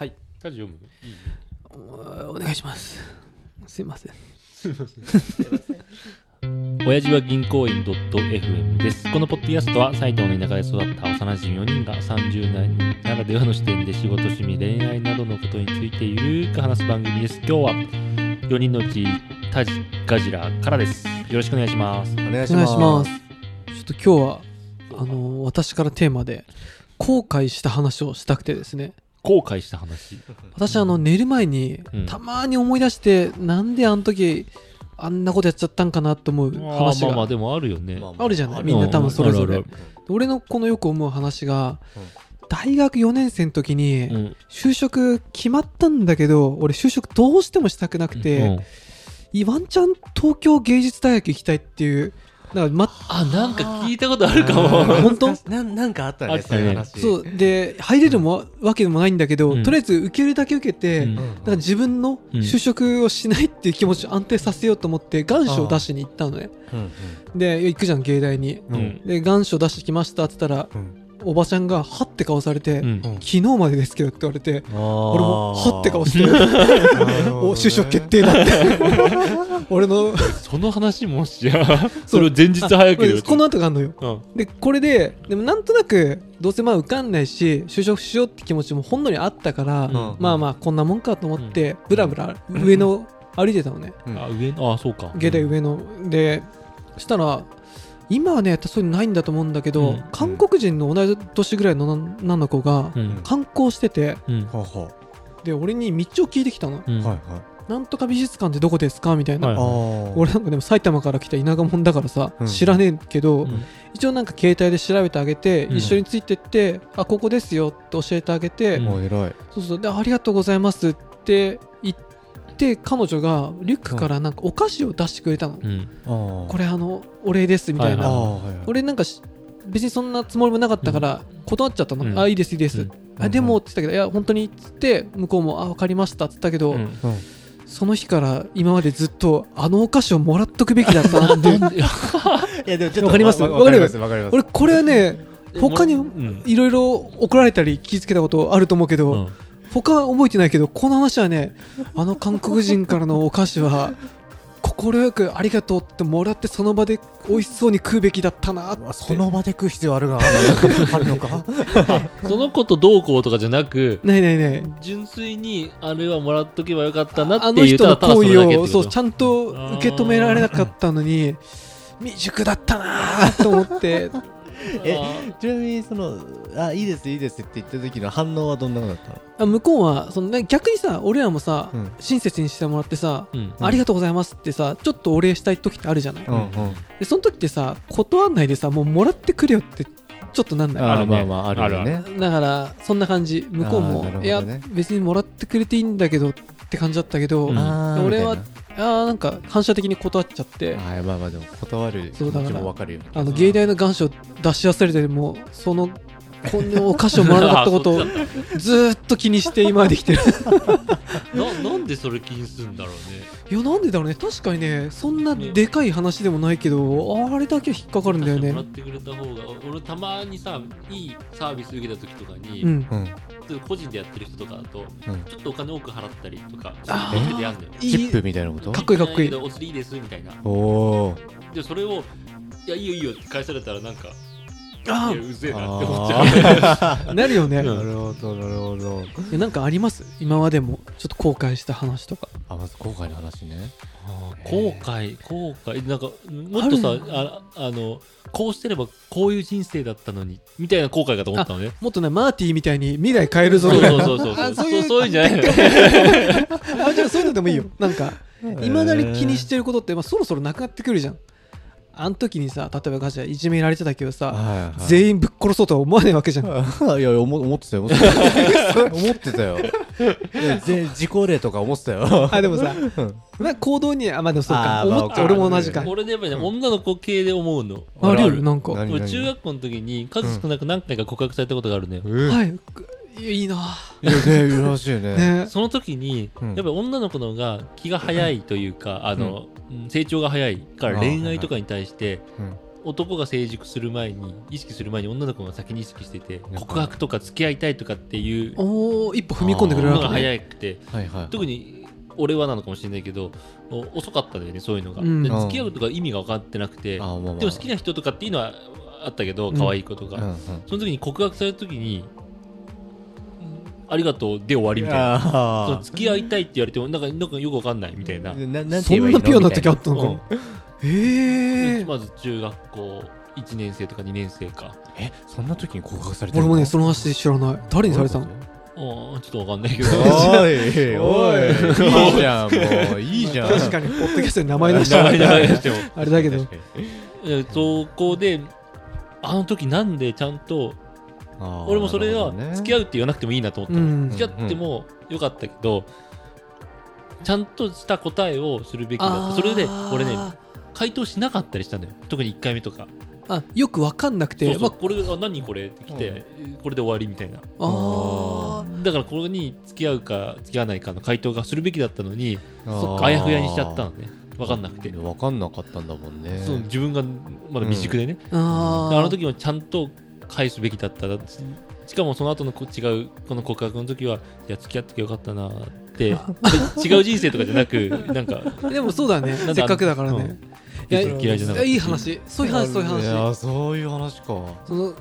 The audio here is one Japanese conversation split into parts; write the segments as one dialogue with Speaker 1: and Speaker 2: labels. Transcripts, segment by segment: Speaker 1: タジ読むいい
Speaker 2: おお願いしますすいません
Speaker 1: 親父は銀行員 .fm です。このポッドキャストは埼玉の田舎で育った幼馴染4人が30代ならではの視点で仕事、趣味、恋愛などのことについてゆるーく話す番組です。今日は4人のうちタジガジラからです。よろしくお願いします。
Speaker 3: お願い
Speaker 2: お
Speaker 3: し
Speaker 2: 願
Speaker 3: ま
Speaker 2: い
Speaker 3: す
Speaker 2: しますちょっと今日はあの私からテーマで後悔した話をしたくてですね
Speaker 1: 後悔した話。
Speaker 2: 私あの寝る前に
Speaker 1: うん
Speaker 2: たまに思い出して、なんであの時あんなことやっちゃったんかなと思う話
Speaker 1: まあまあ
Speaker 2: が
Speaker 1: でもあるよね。
Speaker 3: ま
Speaker 2: あるじゃない
Speaker 3: まあ
Speaker 2: みんな多分それぞれ
Speaker 1: うん
Speaker 2: 俺のこのよく思う話が、大学4年生の時に、
Speaker 1: うん
Speaker 2: 就職決まったんだけど俺就職どうしてもしたくなくて、ワンチャン東京芸術大学行きたいっていうなんか、ま、
Speaker 1: あ、なんか聞いたことあるかも。
Speaker 2: 本当
Speaker 3: なんなんかあった
Speaker 1: あ
Speaker 3: ね
Speaker 1: ったね
Speaker 3: そういう話
Speaker 2: そうで入れるも、わけでもないんだけど、
Speaker 1: うん
Speaker 2: とりあえず受けるだけ受けて、
Speaker 1: うん
Speaker 3: うん
Speaker 2: なんか自分の就職をしないっていう気持ちを安定させようと思って願書を出しに行ったのね
Speaker 3: うん
Speaker 2: で行くじゃん芸大に
Speaker 3: うんうん
Speaker 2: で願書出してきましたって言ったら
Speaker 3: うん
Speaker 2: おばちゃんがはって顔されて、
Speaker 1: うん
Speaker 3: うん
Speaker 2: 昨日までですけどって言われて俺
Speaker 3: 俺
Speaker 2: もはって顔して お就職決定だって俺の
Speaker 1: その話もしや、 それを前日早く
Speaker 2: この後があるのよ
Speaker 1: うん
Speaker 2: でこれででもなんとなくどうせまあ受かんないし就職しようって気持ちもほんのりあったから、
Speaker 3: ん
Speaker 2: まあまあこんなもんかと思ってブラブラ上の歩いてたのね
Speaker 3: うん
Speaker 1: あ、上の、あ、そうか。
Speaker 2: 下で上のでしたら今はねそういうのないんだと思うんだけ
Speaker 1: う
Speaker 2: ど、
Speaker 1: ん
Speaker 2: 韓国人の同い年ぐらいの女の子が
Speaker 1: うん。
Speaker 2: 観光してて
Speaker 1: うん。
Speaker 3: はは
Speaker 2: で俺に道を聞いてきたの
Speaker 1: うん
Speaker 3: はいはい
Speaker 2: 「なんとか美術館ってどこですか?」みたいな、
Speaker 1: はい
Speaker 3: あー
Speaker 2: 俺なんかでも埼玉から来た田舎者だからさ、
Speaker 3: うん
Speaker 2: 知らねえけど、
Speaker 1: うん
Speaker 2: 一応なんか携帯で調べてあげて、
Speaker 1: うん
Speaker 2: 一緒についてって「あここですよ」って教えてあげて、
Speaker 1: うん
Speaker 3: もう偉い
Speaker 2: そうそうで「ありがとうございます」って言って彼女がリュックからなんかお菓子を出してくれたの、
Speaker 1: うん。
Speaker 2: こ
Speaker 3: こ
Speaker 2: れあのお礼ですみたい
Speaker 1: れ
Speaker 2: な、
Speaker 3: あーはいはい
Speaker 2: 俺なんかし別にそんなつもりもなかったから断っちゃったの「
Speaker 1: うん
Speaker 2: あいいですいいです」
Speaker 1: うん
Speaker 2: あでも」って言ったけど「いや本当に」っつって向こうも「あ分かりました」って言ったけど、
Speaker 1: うん
Speaker 3: うん
Speaker 2: その日から今までずっとあのお菓子をもらっとくべきだったなっ ていう
Speaker 3: いやでもちょっと
Speaker 2: わかります
Speaker 3: わかりますわかります
Speaker 2: 俺これはね他に
Speaker 1: うん
Speaker 2: いろいろ怒られたり気づけたことあると思うけど、
Speaker 1: う ん
Speaker 2: 他は覚えてないけどこの話はねあの韓国人からのお菓子 は快くありがとうってもらってその場で美味しそうに食うべきだったなって
Speaker 3: あその場で食う必要あ るがあるのか
Speaker 1: その子とどうこうとかじゃなく、
Speaker 2: ないないない
Speaker 1: 純粋にあれはもらっとけばよかったな
Speaker 2: あ
Speaker 1: っ
Speaker 2: の
Speaker 1: ていうた
Speaker 2: 人の
Speaker 1: だただそ
Speaker 2: 行為
Speaker 1: れだけってこ
Speaker 2: を
Speaker 1: と
Speaker 2: そうちゃんと受け止められなかったのに未熟だったなと思って
Speaker 3: え
Speaker 1: あー
Speaker 3: ちなみにそのあいいですいいですって言った時の反応はどんなのだったの
Speaker 2: あ向こうはその、ね、逆にさ俺らもさ、
Speaker 3: うん
Speaker 2: 親切にしてもらってさ、
Speaker 1: うん
Speaker 2: ありがとうございますってさちょっとお礼したい時ってあるじゃない、
Speaker 3: うんうん
Speaker 2: でその時ってさ断んないでさもうもらってくれよってちょっとなんない
Speaker 1: あるね
Speaker 3: まあまああるよね
Speaker 2: だからそんな感じ向こうも、
Speaker 3: あーなるほどね
Speaker 2: いや別にもらってくれていいんだけどって感じだったけど、
Speaker 1: うん
Speaker 2: あ
Speaker 3: あー
Speaker 2: 俺は
Speaker 3: みたいな
Speaker 2: ーなんか反射的に断っちゃって
Speaker 3: あーまあまあでも断る気
Speaker 2: そうだから
Speaker 3: 持ちもわかるよ
Speaker 2: あの芸大の願書出し忘れてもうそのこんなお菓子をもらわなかったこと を
Speaker 1: あー
Speaker 2: ずーっと気にして今できてる
Speaker 1: ななんでそれ気にするんだろうね
Speaker 2: いやなんでだろうね確かにねそんなでかい話でもないけどあれだけは引っかかるんだよ
Speaker 1: もらっ
Speaker 2: ね
Speaker 1: てくれた方が俺たまにさいいサービス受けた時とかに、
Speaker 2: うん
Speaker 3: うん
Speaker 1: ちょっと個人でやってる人とかだと
Speaker 3: うん
Speaker 1: ちょっとお金多く払ったりとか
Speaker 2: あ
Speaker 1: そういう時でやるんだよ
Speaker 2: い
Speaker 3: チ
Speaker 2: い
Speaker 3: ップみたいなこと
Speaker 2: かっこいいかっこいい
Speaker 1: けどお釣りいいですみたいな
Speaker 3: おお
Speaker 1: でそれをいやいいよいいよって返されたらなんかい
Speaker 2: あ
Speaker 1: やうぜえなって思っちゃう
Speaker 3: あ
Speaker 2: あなるよね、
Speaker 3: ーなるほどなるほど
Speaker 2: えなんかあります今までもちょっと後悔した話とか
Speaker 3: あまず後悔の話ね
Speaker 1: 後悔後悔なんかもっとさ
Speaker 2: ある
Speaker 1: ああのこうしてればこういう人生だったのにみたいな後悔かと思ったのね
Speaker 2: もっとねマーティーみたいに未来変えるぞ
Speaker 1: そうそうそうそう
Speaker 2: あ
Speaker 1: そ
Speaker 2: そうういう
Speaker 1: そういうんじゃないのね
Speaker 2: あじゃあそういうのでもいいよなんかいまだに気にしててることって、まあ、そろそろなくなってくるじゃんあの時にさ例えばガチャいじめられてたけどさ、
Speaker 3: 員
Speaker 2: 全員ぶっ殺そうとは思わないわけじゃん、
Speaker 3: いや思思ってたよ思って たよ思ってたよいや全自己例とか思ってたよ
Speaker 2: あでもさ
Speaker 3: ん
Speaker 2: まあ行動にはまあでもそうか
Speaker 3: あーまあ
Speaker 2: 思っちゃ 俺も同じか
Speaker 3: わ
Speaker 1: 俺ねやっぱりね女の子系で思うの
Speaker 2: あるよねなんかは
Speaker 3: 何
Speaker 1: 俺中学校の時に数少なく何回か告白されたことがあるね
Speaker 3: え
Speaker 2: いいやいいない
Speaker 3: やね羨ましいね
Speaker 2: ね
Speaker 1: その時に
Speaker 3: うん
Speaker 1: やっぱり女の子の方が気が早いというかあの成長が早いから恋愛とかに対して
Speaker 3: うん
Speaker 1: 男が成熟する前に意識する前に女の子が先に意識してて告白とか付き合いたいとかっていう
Speaker 2: おお一歩踏み込んでくれる
Speaker 1: の
Speaker 2: わ
Speaker 1: が
Speaker 2: け、ね、
Speaker 1: 早くて
Speaker 3: はいはい
Speaker 1: 特に俺はなのかもしれないけどお遅かったんだよねそういうのが、
Speaker 2: うん
Speaker 1: で付き合うとか意味が分かってなくて
Speaker 3: あまあまあ
Speaker 1: でも好きな人とかっていうのはあったけど
Speaker 2: うん
Speaker 1: 可愛い子とか、
Speaker 3: うんうん
Speaker 1: その時に告白された時に「ありがとう」で終わりみたいなその
Speaker 3: あ
Speaker 1: 付き合いたいって言われてもなんかなんかよく分かんないみたいな、
Speaker 3: ーな
Speaker 2: そんなピュアな時あ
Speaker 3: は
Speaker 2: ったのか、
Speaker 1: うん
Speaker 2: ええ
Speaker 1: まず中学校1年生とか2年生か
Speaker 3: えそんな時に告白されて
Speaker 2: 俺もね
Speaker 3: の
Speaker 2: その話知らない誰にされたの
Speaker 1: うんちょっと分かんない けど
Speaker 3: おい
Speaker 2: お
Speaker 3: おい
Speaker 2: い
Speaker 3: いいじゃんもういいじゃん
Speaker 2: 確かにポッドキャストに名前出し
Speaker 1: 名
Speaker 2: た
Speaker 1: 前
Speaker 2: ら
Speaker 1: 名前出しても
Speaker 2: あれだけど
Speaker 3: 確かに
Speaker 1: えそこであの時なんでちゃんと
Speaker 3: あー
Speaker 1: 俺もそれは
Speaker 3: なるほどね
Speaker 1: 付き合うって言わなくてもいいなと思った
Speaker 2: う
Speaker 1: の、
Speaker 2: ん
Speaker 1: 付き合ってもよかったけどちゃんとした答えをするべきだったそれで俺ね回答しなかったりしたんだよ特に1回目とか
Speaker 2: あよくわかんなくて
Speaker 1: そうそう
Speaker 2: ま
Speaker 1: これあ何これって来て、これで終わりみたいな
Speaker 2: ああー
Speaker 1: だからこれに付き合うか付き合わないかの回答がするべきだったのに
Speaker 3: ー
Speaker 1: あやふやにしちゃったのね分かんなくて、
Speaker 3: 分かんなかったんだもんね
Speaker 1: そう自分がまだ未熟でね、
Speaker 2: あ
Speaker 1: で
Speaker 2: ー
Speaker 1: あの時もちゃんと返すべきだったらししかもその後のこ違うこの告白の時はいや付き合っててよかったなってで違う人生とかじゃなく なんか
Speaker 2: でもそうだね
Speaker 1: なん
Speaker 2: せっかくだから
Speaker 1: う
Speaker 2: ね
Speaker 1: ん
Speaker 2: いや
Speaker 1: 別に嫌いじゃなかった
Speaker 2: いい話そういう話そういう
Speaker 3: いや
Speaker 2: 話
Speaker 3: ーそういう話か
Speaker 2: その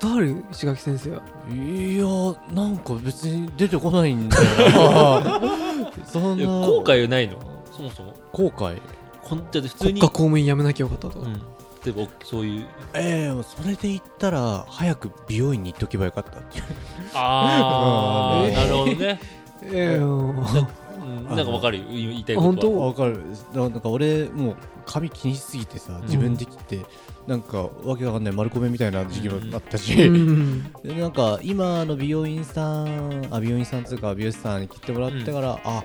Speaker 2: 誰石垣先生はい
Speaker 3: やーなんか別に出てこないんだよな そん
Speaker 1: い
Speaker 3: な
Speaker 1: や後悔はないのそもそも
Speaker 3: 後悔
Speaker 1: こんだって普通
Speaker 2: 国
Speaker 1: に
Speaker 2: 家公務員辞めなきゃよかったと
Speaker 1: うん、例えばおそういう
Speaker 3: ええそれで言ったら早く美容院に行っとけばよかったっていう
Speaker 1: ああ
Speaker 2: うん
Speaker 1: なるほどね、
Speaker 2: ええうん
Speaker 1: うん、なんかわかるよ言いたい
Speaker 2: あ
Speaker 1: こ
Speaker 2: 本
Speaker 1: とは
Speaker 2: 当
Speaker 3: わかるななんか俺もう髪気にしすぎてさ自分で切って、なんかわけわかんない丸米みたいな時期もあったし、
Speaker 2: うん
Speaker 3: でなんか今の美容院さんあ美容院さんつうか美容師さんに切ってもらってから、あ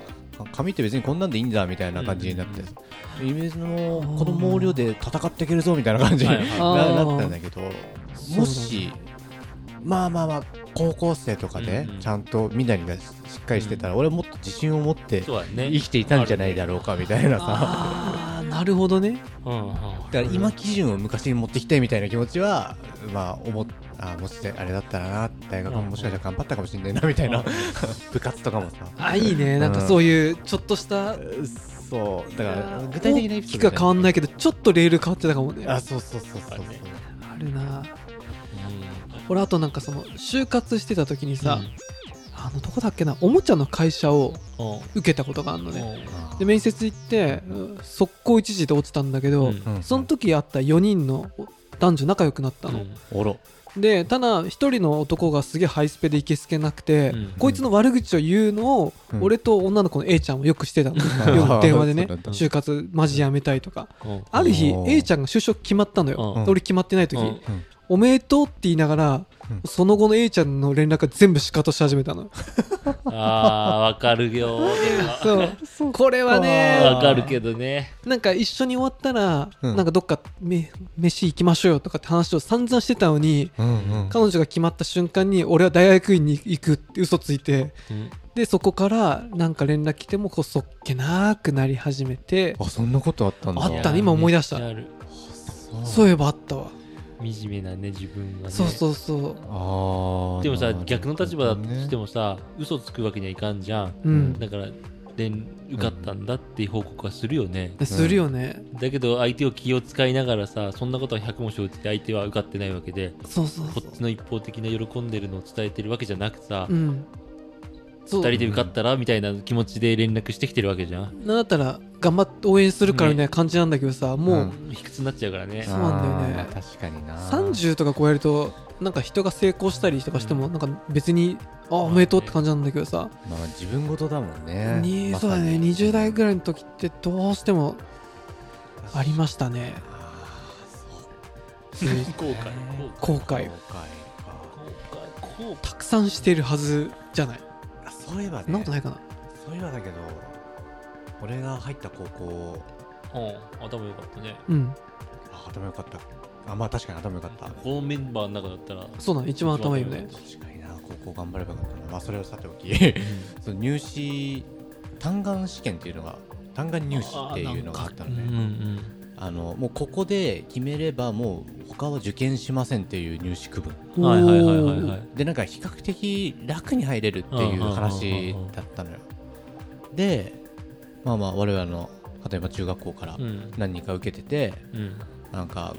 Speaker 3: 髪って別にこんなんでいいんだみたいな感じになって、イメージのこの毛量で戦っていけるぞみたいな感じに
Speaker 1: は
Speaker 3: ない
Speaker 1: はい
Speaker 2: あー
Speaker 3: なったんだけど
Speaker 2: そう
Speaker 3: もしまあまあまあ高校生とかで
Speaker 1: うんうん
Speaker 3: ちゃんとみなりがしっかりしてたら俺はもっと自信を持って
Speaker 1: そうだね
Speaker 3: 生きていたんじゃないだろうかみたいなさ
Speaker 2: あーなるほどね
Speaker 1: うんうん
Speaker 3: だから今基準を昔に持ってきてみたいな気持ちはまあ思っあもしあれだったらな大学ももしかしたら頑張ったかもしれないなみたいな 部活とかもさ
Speaker 2: あいいねなんかそういうちょっとした
Speaker 3: そうだから具体的なエピソ
Speaker 2: 大き
Speaker 3: ード
Speaker 2: くは変わんないけどちょっとレール変わってたかもね
Speaker 3: あそうそうそうそうそ
Speaker 1: あ
Speaker 3: う
Speaker 1: るね
Speaker 2: あるな俺あとなんかその就活してた時にさ、あのどこだっけなおもちゃの会社を
Speaker 1: うん
Speaker 2: 受けたことがあるのね、
Speaker 3: あ
Speaker 2: で面接行ってうん速攻一時で落ちたんだけど、
Speaker 1: うん
Speaker 3: うん
Speaker 2: その時会った4人の男女仲良くなったの、
Speaker 3: おろ
Speaker 2: でただ1人の男がすげえハイスペでいけすけなくて、
Speaker 1: うん
Speaker 2: こいつの悪口を言うのを、
Speaker 3: うん
Speaker 2: 俺と女の子の A ちゃんはよく してたの夜電話でね
Speaker 3: そうなんだ
Speaker 2: 就活マジやめたいとか
Speaker 1: うんうん
Speaker 2: ある日
Speaker 3: おー
Speaker 2: A ちゃんが就職決まったのよ、
Speaker 1: うん
Speaker 2: で俺決まってない時、
Speaker 1: うん
Speaker 2: おめでとうって言いながら、
Speaker 3: うん
Speaker 2: その後の A ちゃんの連絡が全部シカトし始めたの
Speaker 1: ああわかる よ
Speaker 2: そうこれはね
Speaker 1: わかるけどね
Speaker 2: なんか一緒に終わったら、
Speaker 3: うん
Speaker 2: なんかどっかめ飯行きましょうよとかって話を散々してたのに
Speaker 3: うんうん
Speaker 2: 彼女が決まった瞬間に俺は大学院に行くって嘘ついてでそこからなんか連絡来てもこうそっけなくなり始めて
Speaker 3: あそんなことあったんだ
Speaker 2: あったね今思い出した
Speaker 1: めっちゃある
Speaker 2: そういえばあったわ、
Speaker 1: 惨めなね自分がね
Speaker 2: そうそうそう
Speaker 3: あ
Speaker 1: でもさ逆の立場だとして
Speaker 3: も
Speaker 1: もさ嘘つくわけにはいかんじゃん
Speaker 2: うん
Speaker 1: だからで受かったんだっていう報告はするよね
Speaker 2: するよね、
Speaker 1: だけど相手を気を使いながらさそんなことは100も承知で相手は受かってないわけで
Speaker 2: そうそうそ
Speaker 1: こ
Speaker 2: う
Speaker 1: っちの一方的な喜んでるのを伝えてるわけじゃなくさ
Speaker 2: うんそ
Speaker 1: 二
Speaker 2: う
Speaker 1: 人で受かったらみたいな気持ちで連絡してきてるわけじゃん
Speaker 2: なんだったら頑張って応援するからみたいな感じなんだけどさ、もう
Speaker 1: 卑屈になっちゃうからね
Speaker 2: そうなんだよね
Speaker 3: 確かにな
Speaker 2: 30とか超えるとなんか人が成功したりとかしてもなんか別にあおめでとうって感じなんだけどさ、
Speaker 3: まあ自分事だもんね
Speaker 2: に
Speaker 3: ま
Speaker 2: そ
Speaker 3: さ
Speaker 2: う
Speaker 3: に
Speaker 2: だね20代ぐらいの時ってどうしてもありまし たね
Speaker 3: あ
Speaker 1: 後悔
Speaker 2: 後
Speaker 3: ー
Speaker 2: 悔を
Speaker 3: 後悔
Speaker 1: 後
Speaker 3: か
Speaker 1: 悔後悔
Speaker 2: たくさんしてるはずじゃない
Speaker 3: あそういえば
Speaker 2: そんなこ
Speaker 3: ね
Speaker 2: とないかな
Speaker 3: そういえばだけど俺が入った高校
Speaker 1: うん頭良かったね
Speaker 2: うん
Speaker 3: あ頭良かったあまあ確かに頭良かった確
Speaker 1: このメンバーの中だったら
Speaker 2: そうなの一番頭いいよね
Speaker 3: かにな高校頑張ればよかったなまあそれをさておき その入試単眼試験っていうのが単眼入試っていうのがあったの
Speaker 1: うんう
Speaker 3: ね
Speaker 1: ん
Speaker 3: ああのもうここで決めればもう他は受験しませんっていう入試区分
Speaker 1: はいはいはいはいはいい
Speaker 3: でなんか比較的楽に入れるっていう話だったのよでまあまあ我々の例えば中学校から
Speaker 1: うん
Speaker 3: 何人か受けてて
Speaker 1: うん
Speaker 3: なんか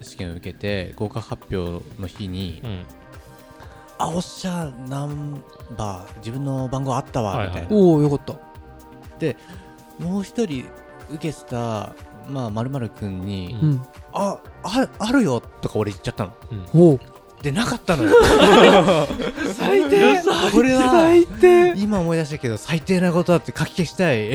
Speaker 3: 試験を受けて合格発表の日に
Speaker 1: うん
Speaker 3: 「あおっしゃナンバー自分の番号あった
Speaker 1: はい
Speaker 3: わ」
Speaker 1: は
Speaker 3: み
Speaker 1: い
Speaker 3: たいな
Speaker 2: おおよかった
Speaker 3: もう一人受けてたまあまる君に
Speaker 1: うん
Speaker 2: うん
Speaker 3: 「あああるよ」とか俺言っちゃったの
Speaker 1: うん
Speaker 2: おお
Speaker 3: でな かったのよ
Speaker 2: 最低
Speaker 3: これは
Speaker 2: 最低い
Speaker 3: 今思い出したけど最低なことだって書き消したい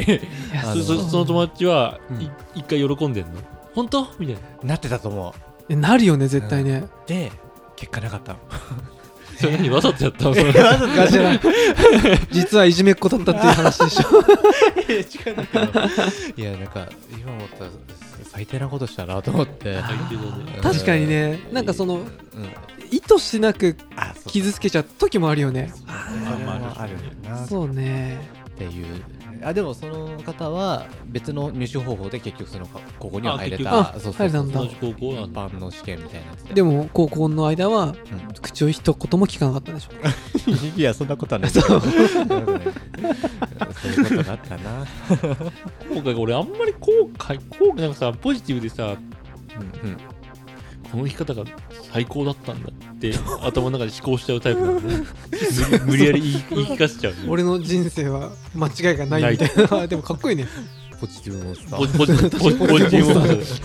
Speaker 2: や
Speaker 3: あ
Speaker 1: そ
Speaker 3: の
Speaker 1: そその友達は、
Speaker 3: うん
Speaker 1: い一回喜んでんの本当みたいな
Speaker 3: なってたと思う
Speaker 2: えなるよね絶対ね
Speaker 3: で結果なかった の
Speaker 1: それ何わざとやった のそれ
Speaker 2: ガジラ 実はいじめっ子だったっていう話でしょ
Speaker 3: 違うなんか いやなんか今思ったら最低なことしたなと思って
Speaker 1: 相手だね
Speaker 2: 確かにねなんかその
Speaker 3: うん
Speaker 2: 意図しなく
Speaker 3: あそう
Speaker 2: 傷つけちゃう時もあるよね
Speaker 3: あれはあるんだなっ
Speaker 2: そうね
Speaker 3: ていうあでもその方は別の入試方法で結局そのここには入れ
Speaker 2: あ結
Speaker 3: た
Speaker 2: 局
Speaker 3: そう
Speaker 2: あ
Speaker 3: そうそう
Speaker 2: 入れたんだ
Speaker 1: 同じ高校なん
Speaker 3: 一
Speaker 1: だ
Speaker 3: 般の試験みたいなやつ
Speaker 2: でも高校の間は
Speaker 3: うん
Speaker 2: 口を一言も聞かなかったでしょ
Speaker 3: いや、そんなことはない。そう いうことだったな。
Speaker 1: 今回俺あんまり後悔後悔なんかさポジティブでさ
Speaker 3: うん
Speaker 1: この生き方が最高だったんだって頭の中で思考しちゃうタイプなんで 無無理やり言い言い聞かせちゃうね
Speaker 2: 俺の人生は間違いがないみたいな でもかっこいいね
Speaker 3: ポジティブモンスタ
Speaker 1: ポ
Speaker 3: ー。
Speaker 1: ジポジポジポジティブモンス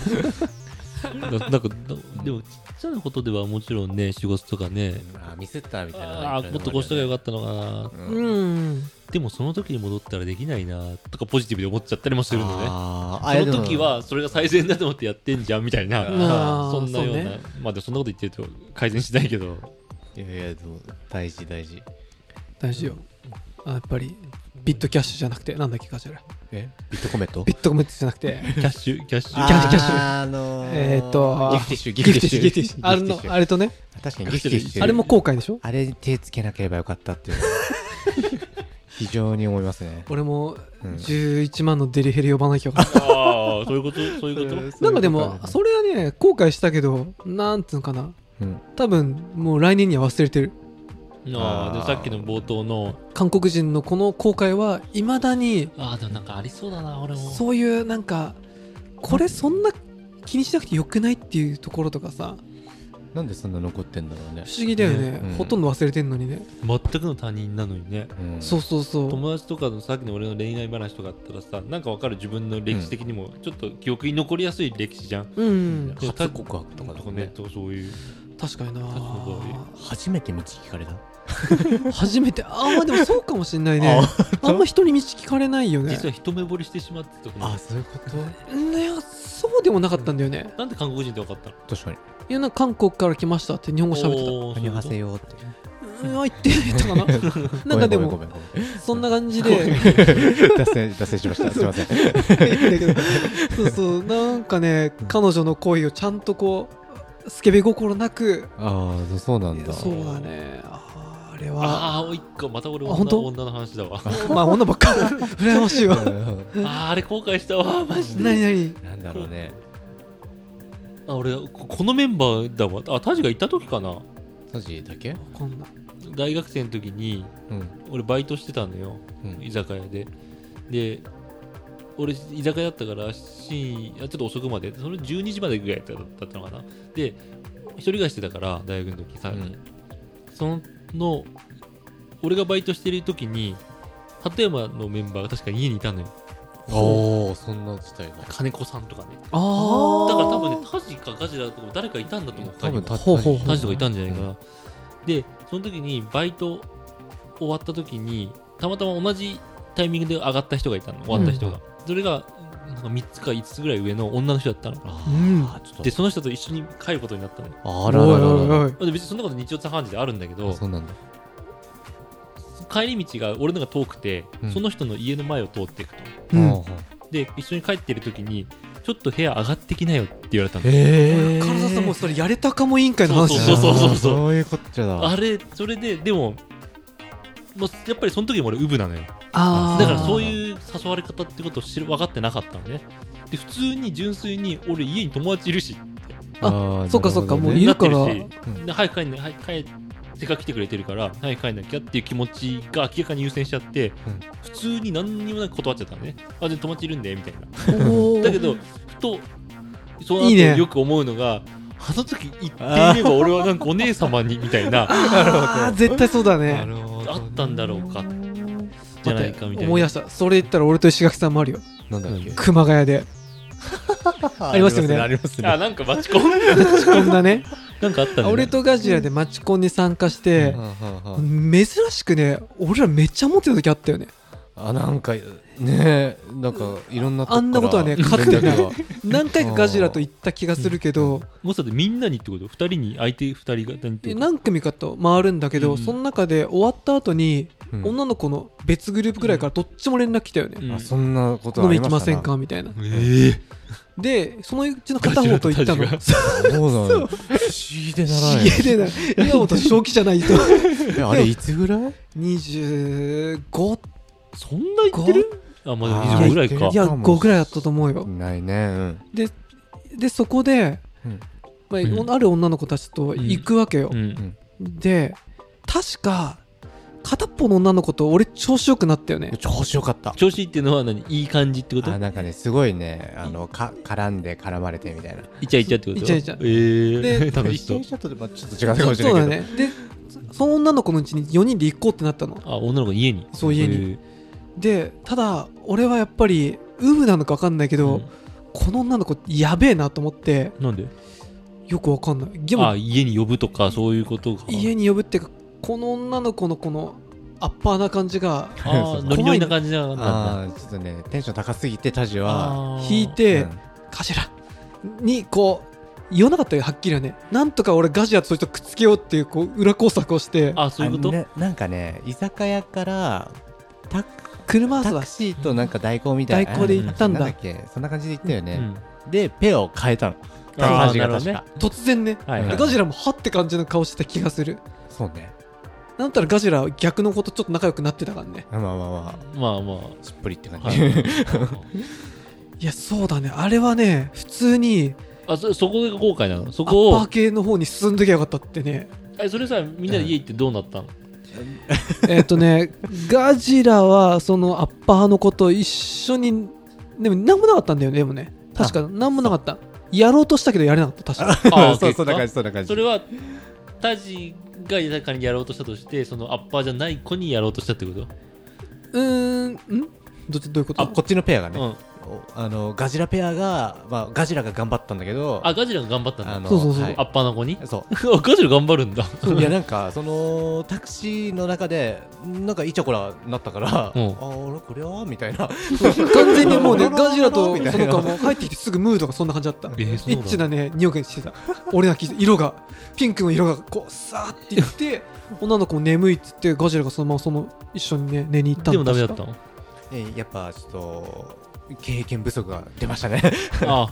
Speaker 1: ターななんかなでもちっちゃなことではもちろんね仕事とかね
Speaker 3: あ、ミスったみたいな。
Speaker 1: ああもっとこうしたらよかったのかな
Speaker 3: た。うん。
Speaker 2: うん
Speaker 1: でもその時に戻ったらできないなとかポジティブで思っちゃったりもするのね
Speaker 3: あー
Speaker 1: そ
Speaker 3: あ、
Speaker 1: の時はそれが最善だと思ってやってんじゃんみたいな
Speaker 2: あー
Speaker 1: そんなような
Speaker 2: そうね
Speaker 1: まあでもそんなこと言ってると改善しないけど
Speaker 3: いやいや、でも大事大事。
Speaker 2: 大事よあやっぱりビットキャッシュじゃなくてなんだっけかしら
Speaker 3: えビットコメント
Speaker 2: ビットコメントじゃなくて
Speaker 1: キャッシュキャッシ
Speaker 2: キャ
Speaker 1: ュ
Speaker 2: ッシュキャッシュ
Speaker 3: あのー、
Speaker 2: えーっと
Speaker 3: ギフティッシュ、ギ
Speaker 2: ギ
Speaker 3: フ
Speaker 2: フ
Speaker 3: テ
Speaker 2: テ
Speaker 3: ィッ
Speaker 2: ィッ
Speaker 3: シ
Speaker 2: シ
Speaker 3: ュ、
Speaker 2: ュギフティッシュあれのあれとね
Speaker 3: 確かにギフティッシュ。
Speaker 2: あれも後悔でしょ
Speaker 3: あれに手つけなければよかったっていう。非常に思いますね。
Speaker 2: 俺も
Speaker 3: うん
Speaker 2: 11万のデリヘル呼ばなきゃよかった
Speaker 1: ああそういうことそういうこと
Speaker 2: なんかでもそれはね後悔したけどなんつうのかな
Speaker 3: うん。
Speaker 2: 多分もう来年には忘れてる
Speaker 1: ああ
Speaker 3: あ
Speaker 1: で
Speaker 3: ー
Speaker 1: さっきの冒頭の
Speaker 2: 韓国人のこの後悔はいまだに
Speaker 1: ああでもなんかありそうだな俺も
Speaker 2: そういうなんかこれそんな気にしなくてよくないっていうところとかさ
Speaker 3: なんでそんな残ってんだろうね
Speaker 2: 不。思議だよね
Speaker 1: ね
Speaker 3: うん
Speaker 2: ほとんど忘れてんのにね、
Speaker 1: 全くの他人なのにね
Speaker 3: うん
Speaker 2: そうそうそう
Speaker 1: 友達とかのさっきの俺の恋愛話とかあったらさなんかわかる自分の歴史的にもちょっと記憶に残りやすい歴史じゃん
Speaker 2: うん
Speaker 1: でも
Speaker 3: 初告白とかだ
Speaker 1: とか
Speaker 3: もんね
Speaker 1: ねとそういう
Speaker 2: 確かに
Speaker 1: 立ちの
Speaker 2: な
Speaker 3: 初めて道聞かれた
Speaker 2: 初めてああでもそうかもしんないねあんま人に道聞かれないよね
Speaker 1: 実は一目惚れしてしまってたとか
Speaker 3: そういうこ
Speaker 2: いやそうでもなかったんだよね
Speaker 1: なんで韓国人ってわかったの
Speaker 3: と確かに
Speaker 2: いやなんか韓国から来ましたって日本語喋ってた
Speaker 1: おー
Speaker 3: 「こんにちはよ」って
Speaker 2: うんあ言ってたかななんかで
Speaker 3: ごめ
Speaker 2: も
Speaker 3: んごめんごめん
Speaker 2: そんな感じで
Speaker 3: 脱線脱線しましたすいません
Speaker 2: だけどそうそうなんかね彼女の恋をちゃんとこうスケベ心なく
Speaker 3: ああそうなん だ
Speaker 2: そうだねあーあれは
Speaker 1: ああ一個また俺
Speaker 2: あ
Speaker 1: 女
Speaker 2: 本当
Speaker 1: 女の話だわ
Speaker 2: まあ女ばっか羨ましいわ
Speaker 3: うん
Speaker 1: あーあれ後悔したわマジで
Speaker 2: 何何
Speaker 3: なんだろうね
Speaker 1: あ俺ここのメンバーだわあタジがいた時かな
Speaker 3: サジだけ
Speaker 2: こんな
Speaker 1: 大学生の時に
Speaker 3: うん
Speaker 1: 俺バイトしてたのよ
Speaker 3: うん
Speaker 1: 居酒屋でで俺居酒屋だったから深夜あちょっと遅くまでそれ12時までぐらいだったのかなで一人暮らしてたから大学の時さらに、
Speaker 3: うん
Speaker 1: その俺がバイトしてる時に鳩山のメンバーが確か家にいたのよ
Speaker 3: おおそんな事態が
Speaker 1: 金子さんとかね
Speaker 2: あ
Speaker 1: だ
Speaker 2: ー
Speaker 1: から多分ねタジかガジラとかも誰かいたんだと思う他
Speaker 3: 多
Speaker 1: にも
Speaker 3: 分タ
Speaker 2: ほうほうほう
Speaker 1: タジとかいたんじゃないかな、でその時にバイト終わった時にたまたま同じタイミングで上がった人がいたの終わった人が、それがなんか3つか5つぐらい上の女の人だったの
Speaker 2: うん
Speaker 3: あーちょっと
Speaker 1: でその人と一緒に帰ることになったのよ
Speaker 3: あらららら
Speaker 2: おいおい
Speaker 1: で別にそんなこと日常茶飯事であるんだけ
Speaker 3: あ
Speaker 1: ど
Speaker 3: そうなんだ
Speaker 1: 帰り道が俺のが遠くて、
Speaker 3: うん
Speaker 1: その人の家の前を通っていくと
Speaker 2: おいうん
Speaker 3: あー
Speaker 1: で一緒に帰ってる時にちょっと部屋上がってきなよって言われたの
Speaker 3: ええ
Speaker 2: 唐沢さんもうそれやれたかも委員会の話
Speaker 1: そうそうそうそう
Speaker 3: そういうこっちゃだ
Speaker 1: あれそれででも、まあ、やっぱりその時も俺ウブなのよ
Speaker 2: あー
Speaker 1: だからそういう誘われ方ってことを知る分かってなかったのねで普通に純粋に俺家に友達いるし
Speaker 2: あ
Speaker 3: あー
Speaker 2: そっかそっかもうい
Speaker 1: な
Speaker 2: る
Speaker 1: って
Speaker 2: か
Speaker 1: る
Speaker 2: ら
Speaker 1: し、で早く帰んな、早く帰せっかく来てくれてるから早く帰んなきゃっていう気持ちが明らかに優先しちゃって、
Speaker 3: うん
Speaker 1: 普通に何にもなく断っちゃったのねあで友達いるんでみたいな
Speaker 2: おー
Speaker 1: だけどふとその後
Speaker 2: いいね
Speaker 1: よく思うのがあの時言っていれば俺はなんかお姉様にみたい な
Speaker 2: あー絶対そうだ
Speaker 3: な
Speaker 2: ね
Speaker 3: るほど
Speaker 1: あったんだろうかじゃ
Speaker 2: 待
Speaker 1: な
Speaker 2: っ
Speaker 1: い
Speaker 2: て
Speaker 1: かみたいな
Speaker 2: 思い出したそれ言ったら俺と石垣さんもあるよ
Speaker 3: なんだっけ
Speaker 2: 熊谷でありますよね
Speaker 3: あります
Speaker 1: あ
Speaker 3: ね
Speaker 1: なんか待ち込む
Speaker 2: 落ち込ん だね
Speaker 1: なんかあったね
Speaker 2: 俺とガジラでマチコンに参加して
Speaker 3: は、あはあは
Speaker 2: 珍しくね俺らめっちゃ持ってた時あったよね
Speaker 3: ああなんかねえなんかいろんなこから
Speaker 2: あんなことはね勝手に
Speaker 3: 連絡が
Speaker 2: 何回かガジラと行った気がするけど、
Speaker 1: もしだってみんなにってこと二人に相手二人が何って
Speaker 2: で
Speaker 1: こと
Speaker 2: 何組かと回るんだけど、
Speaker 1: うん
Speaker 2: その中で終わった後に、
Speaker 3: うん
Speaker 2: 女の子の別グループぐらいからどっちも連絡来たよね、
Speaker 1: うん
Speaker 3: あそんなこと
Speaker 2: 飲
Speaker 3: あ
Speaker 2: み
Speaker 3: り
Speaker 2: 行き
Speaker 3: ま
Speaker 2: ま
Speaker 3: した
Speaker 2: せ
Speaker 3: なん
Speaker 2: かみたいな
Speaker 1: ええ
Speaker 2: でそのうちの片方と行ったの
Speaker 1: ガジラた
Speaker 3: そうだね不思議でならない
Speaker 2: 家でな今もと正気じゃない と
Speaker 3: えあれいつぐらい
Speaker 2: 25
Speaker 1: そんな言ってるあまあでも25ぐらいか
Speaker 3: あ
Speaker 2: いや5ぐらいだったと思うよ
Speaker 3: ないね
Speaker 2: ででそこで、
Speaker 3: うん
Speaker 2: まあ
Speaker 1: うん
Speaker 2: ある女の子たちと行くわけよ
Speaker 1: う、ん
Speaker 2: で確か片っぽの女の子と俺調子よくなったよね
Speaker 3: うん調子よかった
Speaker 1: 調子いいっていうのは何いい感じってこと
Speaker 3: あなんかねすごいねあのか絡んで絡まれてみたいな
Speaker 1: イチャイチャってこと
Speaker 2: イチャイチャ
Speaker 1: ええ
Speaker 2: で
Speaker 1: 楽しそう
Speaker 3: ちょっとまあちょっと違うかも
Speaker 2: そ
Speaker 3: しれ
Speaker 2: う
Speaker 3: な
Speaker 2: だ
Speaker 3: いけ
Speaker 2: ねでそその女の子のうちに4人で行こうってなったの
Speaker 1: あ女の子家に
Speaker 2: そう家に
Speaker 1: え
Speaker 2: でただ俺はやっぱりウブなのか分かんないけ
Speaker 1: え
Speaker 2: ど、この女の子やべえなと思って
Speaker 1: うんなんで
Speaker 2: よく分かんないで
Speaker 1: あ
Speaker 2: も
Speaker 1: 家に呼ぶとかそういうことか
Speaker 2: 家に呼ぶっていうかこの女の子のこのアッパーな感じが
Speaker 1: あ
Speaker 3: そう
Speaker 1: ー
Speaker 3: そう
Speaker 1: ノリノリな感じじゃな
Speaker 3: ど
Speaker 1: かったんだ
Speaker 3: あーちょっとねテンション高すぎてタジ
Speaker 1: あ
Speaker 3: は
Speaker 1: ー
Speaker 2: 引いてガジラにこう言わなかったよはっきりはねなんとか俺ガジラとそいつをくっつけようっていうこう裏工作をして
Speaker 1: あそういうこと
Speaker 3: あななんかね居酒屋からタク
Speaker 2: 車椅子
Speaker 3: タ
Speaker 2: は
Speaker 3: クシーとなんか代行みたいな
Speaker 2: 代行
Speaker 1: で行
Speaker 2: ったんだ
Speaker 3: なだっけそんな感じで行ったよ
Speaker 1: う
Speaker 3: ね
Speaker 1: ん
Speaker 3: でペアを変えたの
Speaker 1: あー
Speaker 3: タジが確
Speaker 1: なる
Speaker 3: か
Speaker 2: 突然ね
Speaker 1: はいはい
Speaker 3: うん
Speaker 2: ガジラもはって感じの顔してた気がする
Speaker 3: そうね
Speaker 2: なんだったらガジラは逆のことちょっと仲良くなってたからね
Speaker 3: まあまあま
Speaker 1: まあまあ
Speaker 3: あすっぷりって感
Speaker 1: は
Speaker 3: じ
Speaker 1: い
Speaker 2: いやそうだねあれはね普通に
Speaker 1: あそそこが後悔なのそ
Speaker 2: アッ
Speaker 1: こ
Speaker 2: パー
Speaker 1: を
Speaker 2: 系の方に進んできゃよかったって ね
Speaker 1: えそれさみんなで家行ってどうなったの
Speaker 2: えっとねガジラはそのアッパーの子と一緒にでも何もなかったんだよねでもね確か何もなかったやろうとしたけどやれなかった確か
Speaker 1: あー
Speaker 3: そう
Speaker 1: 結果
Speaker 3: そんな感じそんな感じ
Speaker 1: それはタジが豊かにやろうとしたとしてそのアッパーじゃない子にやろうとしたってこと
Speaker 2: うーんんどっちどういうこと
Speaker 3: あこっちのペアがね、
Speaker 1: うん
Speaker 3: おあのガジラペアが、まあ、ガジラが頑張ったんだけど
Speaker 1: あガジラが頑張ったんだ
Speaker 3: あの
Speaker 2: そうそうそう
Speaker 3: はい
Speaker 1: アッパーの子に
Speaker 3: そ
Speaker 1: あガジラ頑張るんだ
Speaker 3: ういやなんかそのタクシーの中でなんかイチャコラになったから、
Speaker 1: うん
Speaker 3: あ俺これはみたいな
Speaker 2: 完全にもうね
Speaker 3: ロロロロロ
Speaker 2: ガジラと
Speaker 3: みたい
Speaker 2: そ
Speaker 3: な
Speaker 2: の子はもう帰ってきてすぐムードがそんな感じだった
Speaker 1: えーそう
Speaker 2: エ
Speaker 1: なの
Speaker 2: ッチなね匂いがしてた俺が聞いて色がピンクの色がこうさーっていって女の子も眠いっつってガジラがそのままその一緒にね寝に行った
Speaker 1: で
Speaker 2: の
Speaker 1: もダメだっ
Speaker 2: 確
Speaker 1: た
Speaker 2: か
Speaker 1: の
Speaker 3: えやっぱちょっと経験不足が出ましたね
Speaker 1: あ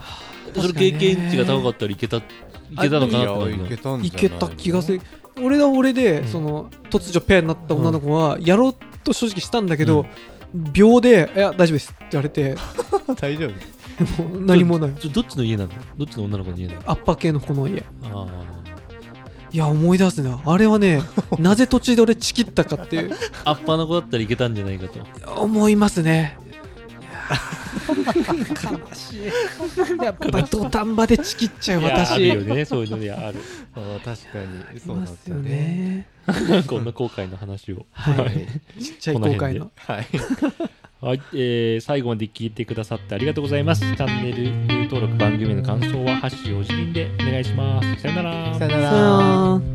Speaker 2: 確か
Speaker 1: そ
Speaker 2: に
Speaker 1: れ
Speaker 2: ね
Speaker 1: 経験値が高かったらいけたいけたのかなと思う
Speaker 3: いやいけたんじゃない
Speaker 2: いけた気がする俺が俺で、
Speaker 1: うん
Speaker 2: その突如ペアになった女の子はやろうと正直したんだけど、秒で「いや大丈夫です」って言われて
Speaker 3: 大丈夫
Speaker 2: もう何もない
Speaker 1: ちょどっちの家なのどっちの女の子の家なの
Speaker 2: アッパー系のこの家
Speaker 1: あ
Speaker 2: いや思い出すねあれはねなぜ途中で俺チキったかっていう
Speaker 1: ーアッパーの子だったらいけたんじゃないかと
Speaker 2: 思いますね悲しいやっぱ土壇場でチキっちゃう
Speaker 1: いやあ
Speaker 2: 私
Speaker 1: るよ
Speaker 2: い
Speaker 1: ねそういうのである
Speaker 3: あー確かにそうな
Speaker 2: ま
Speaker 3: ん
Speaker 2: すよね
Speaker 1: こんな後悔の話を
Speaker 2: は
Speaker 1: はい
Speaker 2: いちっちゃい後悔の
Speaker 3: はい
Speaker 1: はい、えー最後まで聞いてくださってありがとうございますチャンネル登録番組への感想は「ハッシュおじりん」でお願いしますさよなら
Speaker 3: さよ
Speaker 2: さ
Speaker 3: な
Speaker 2: よな
Speaker 3: ら
Speaker 2: ら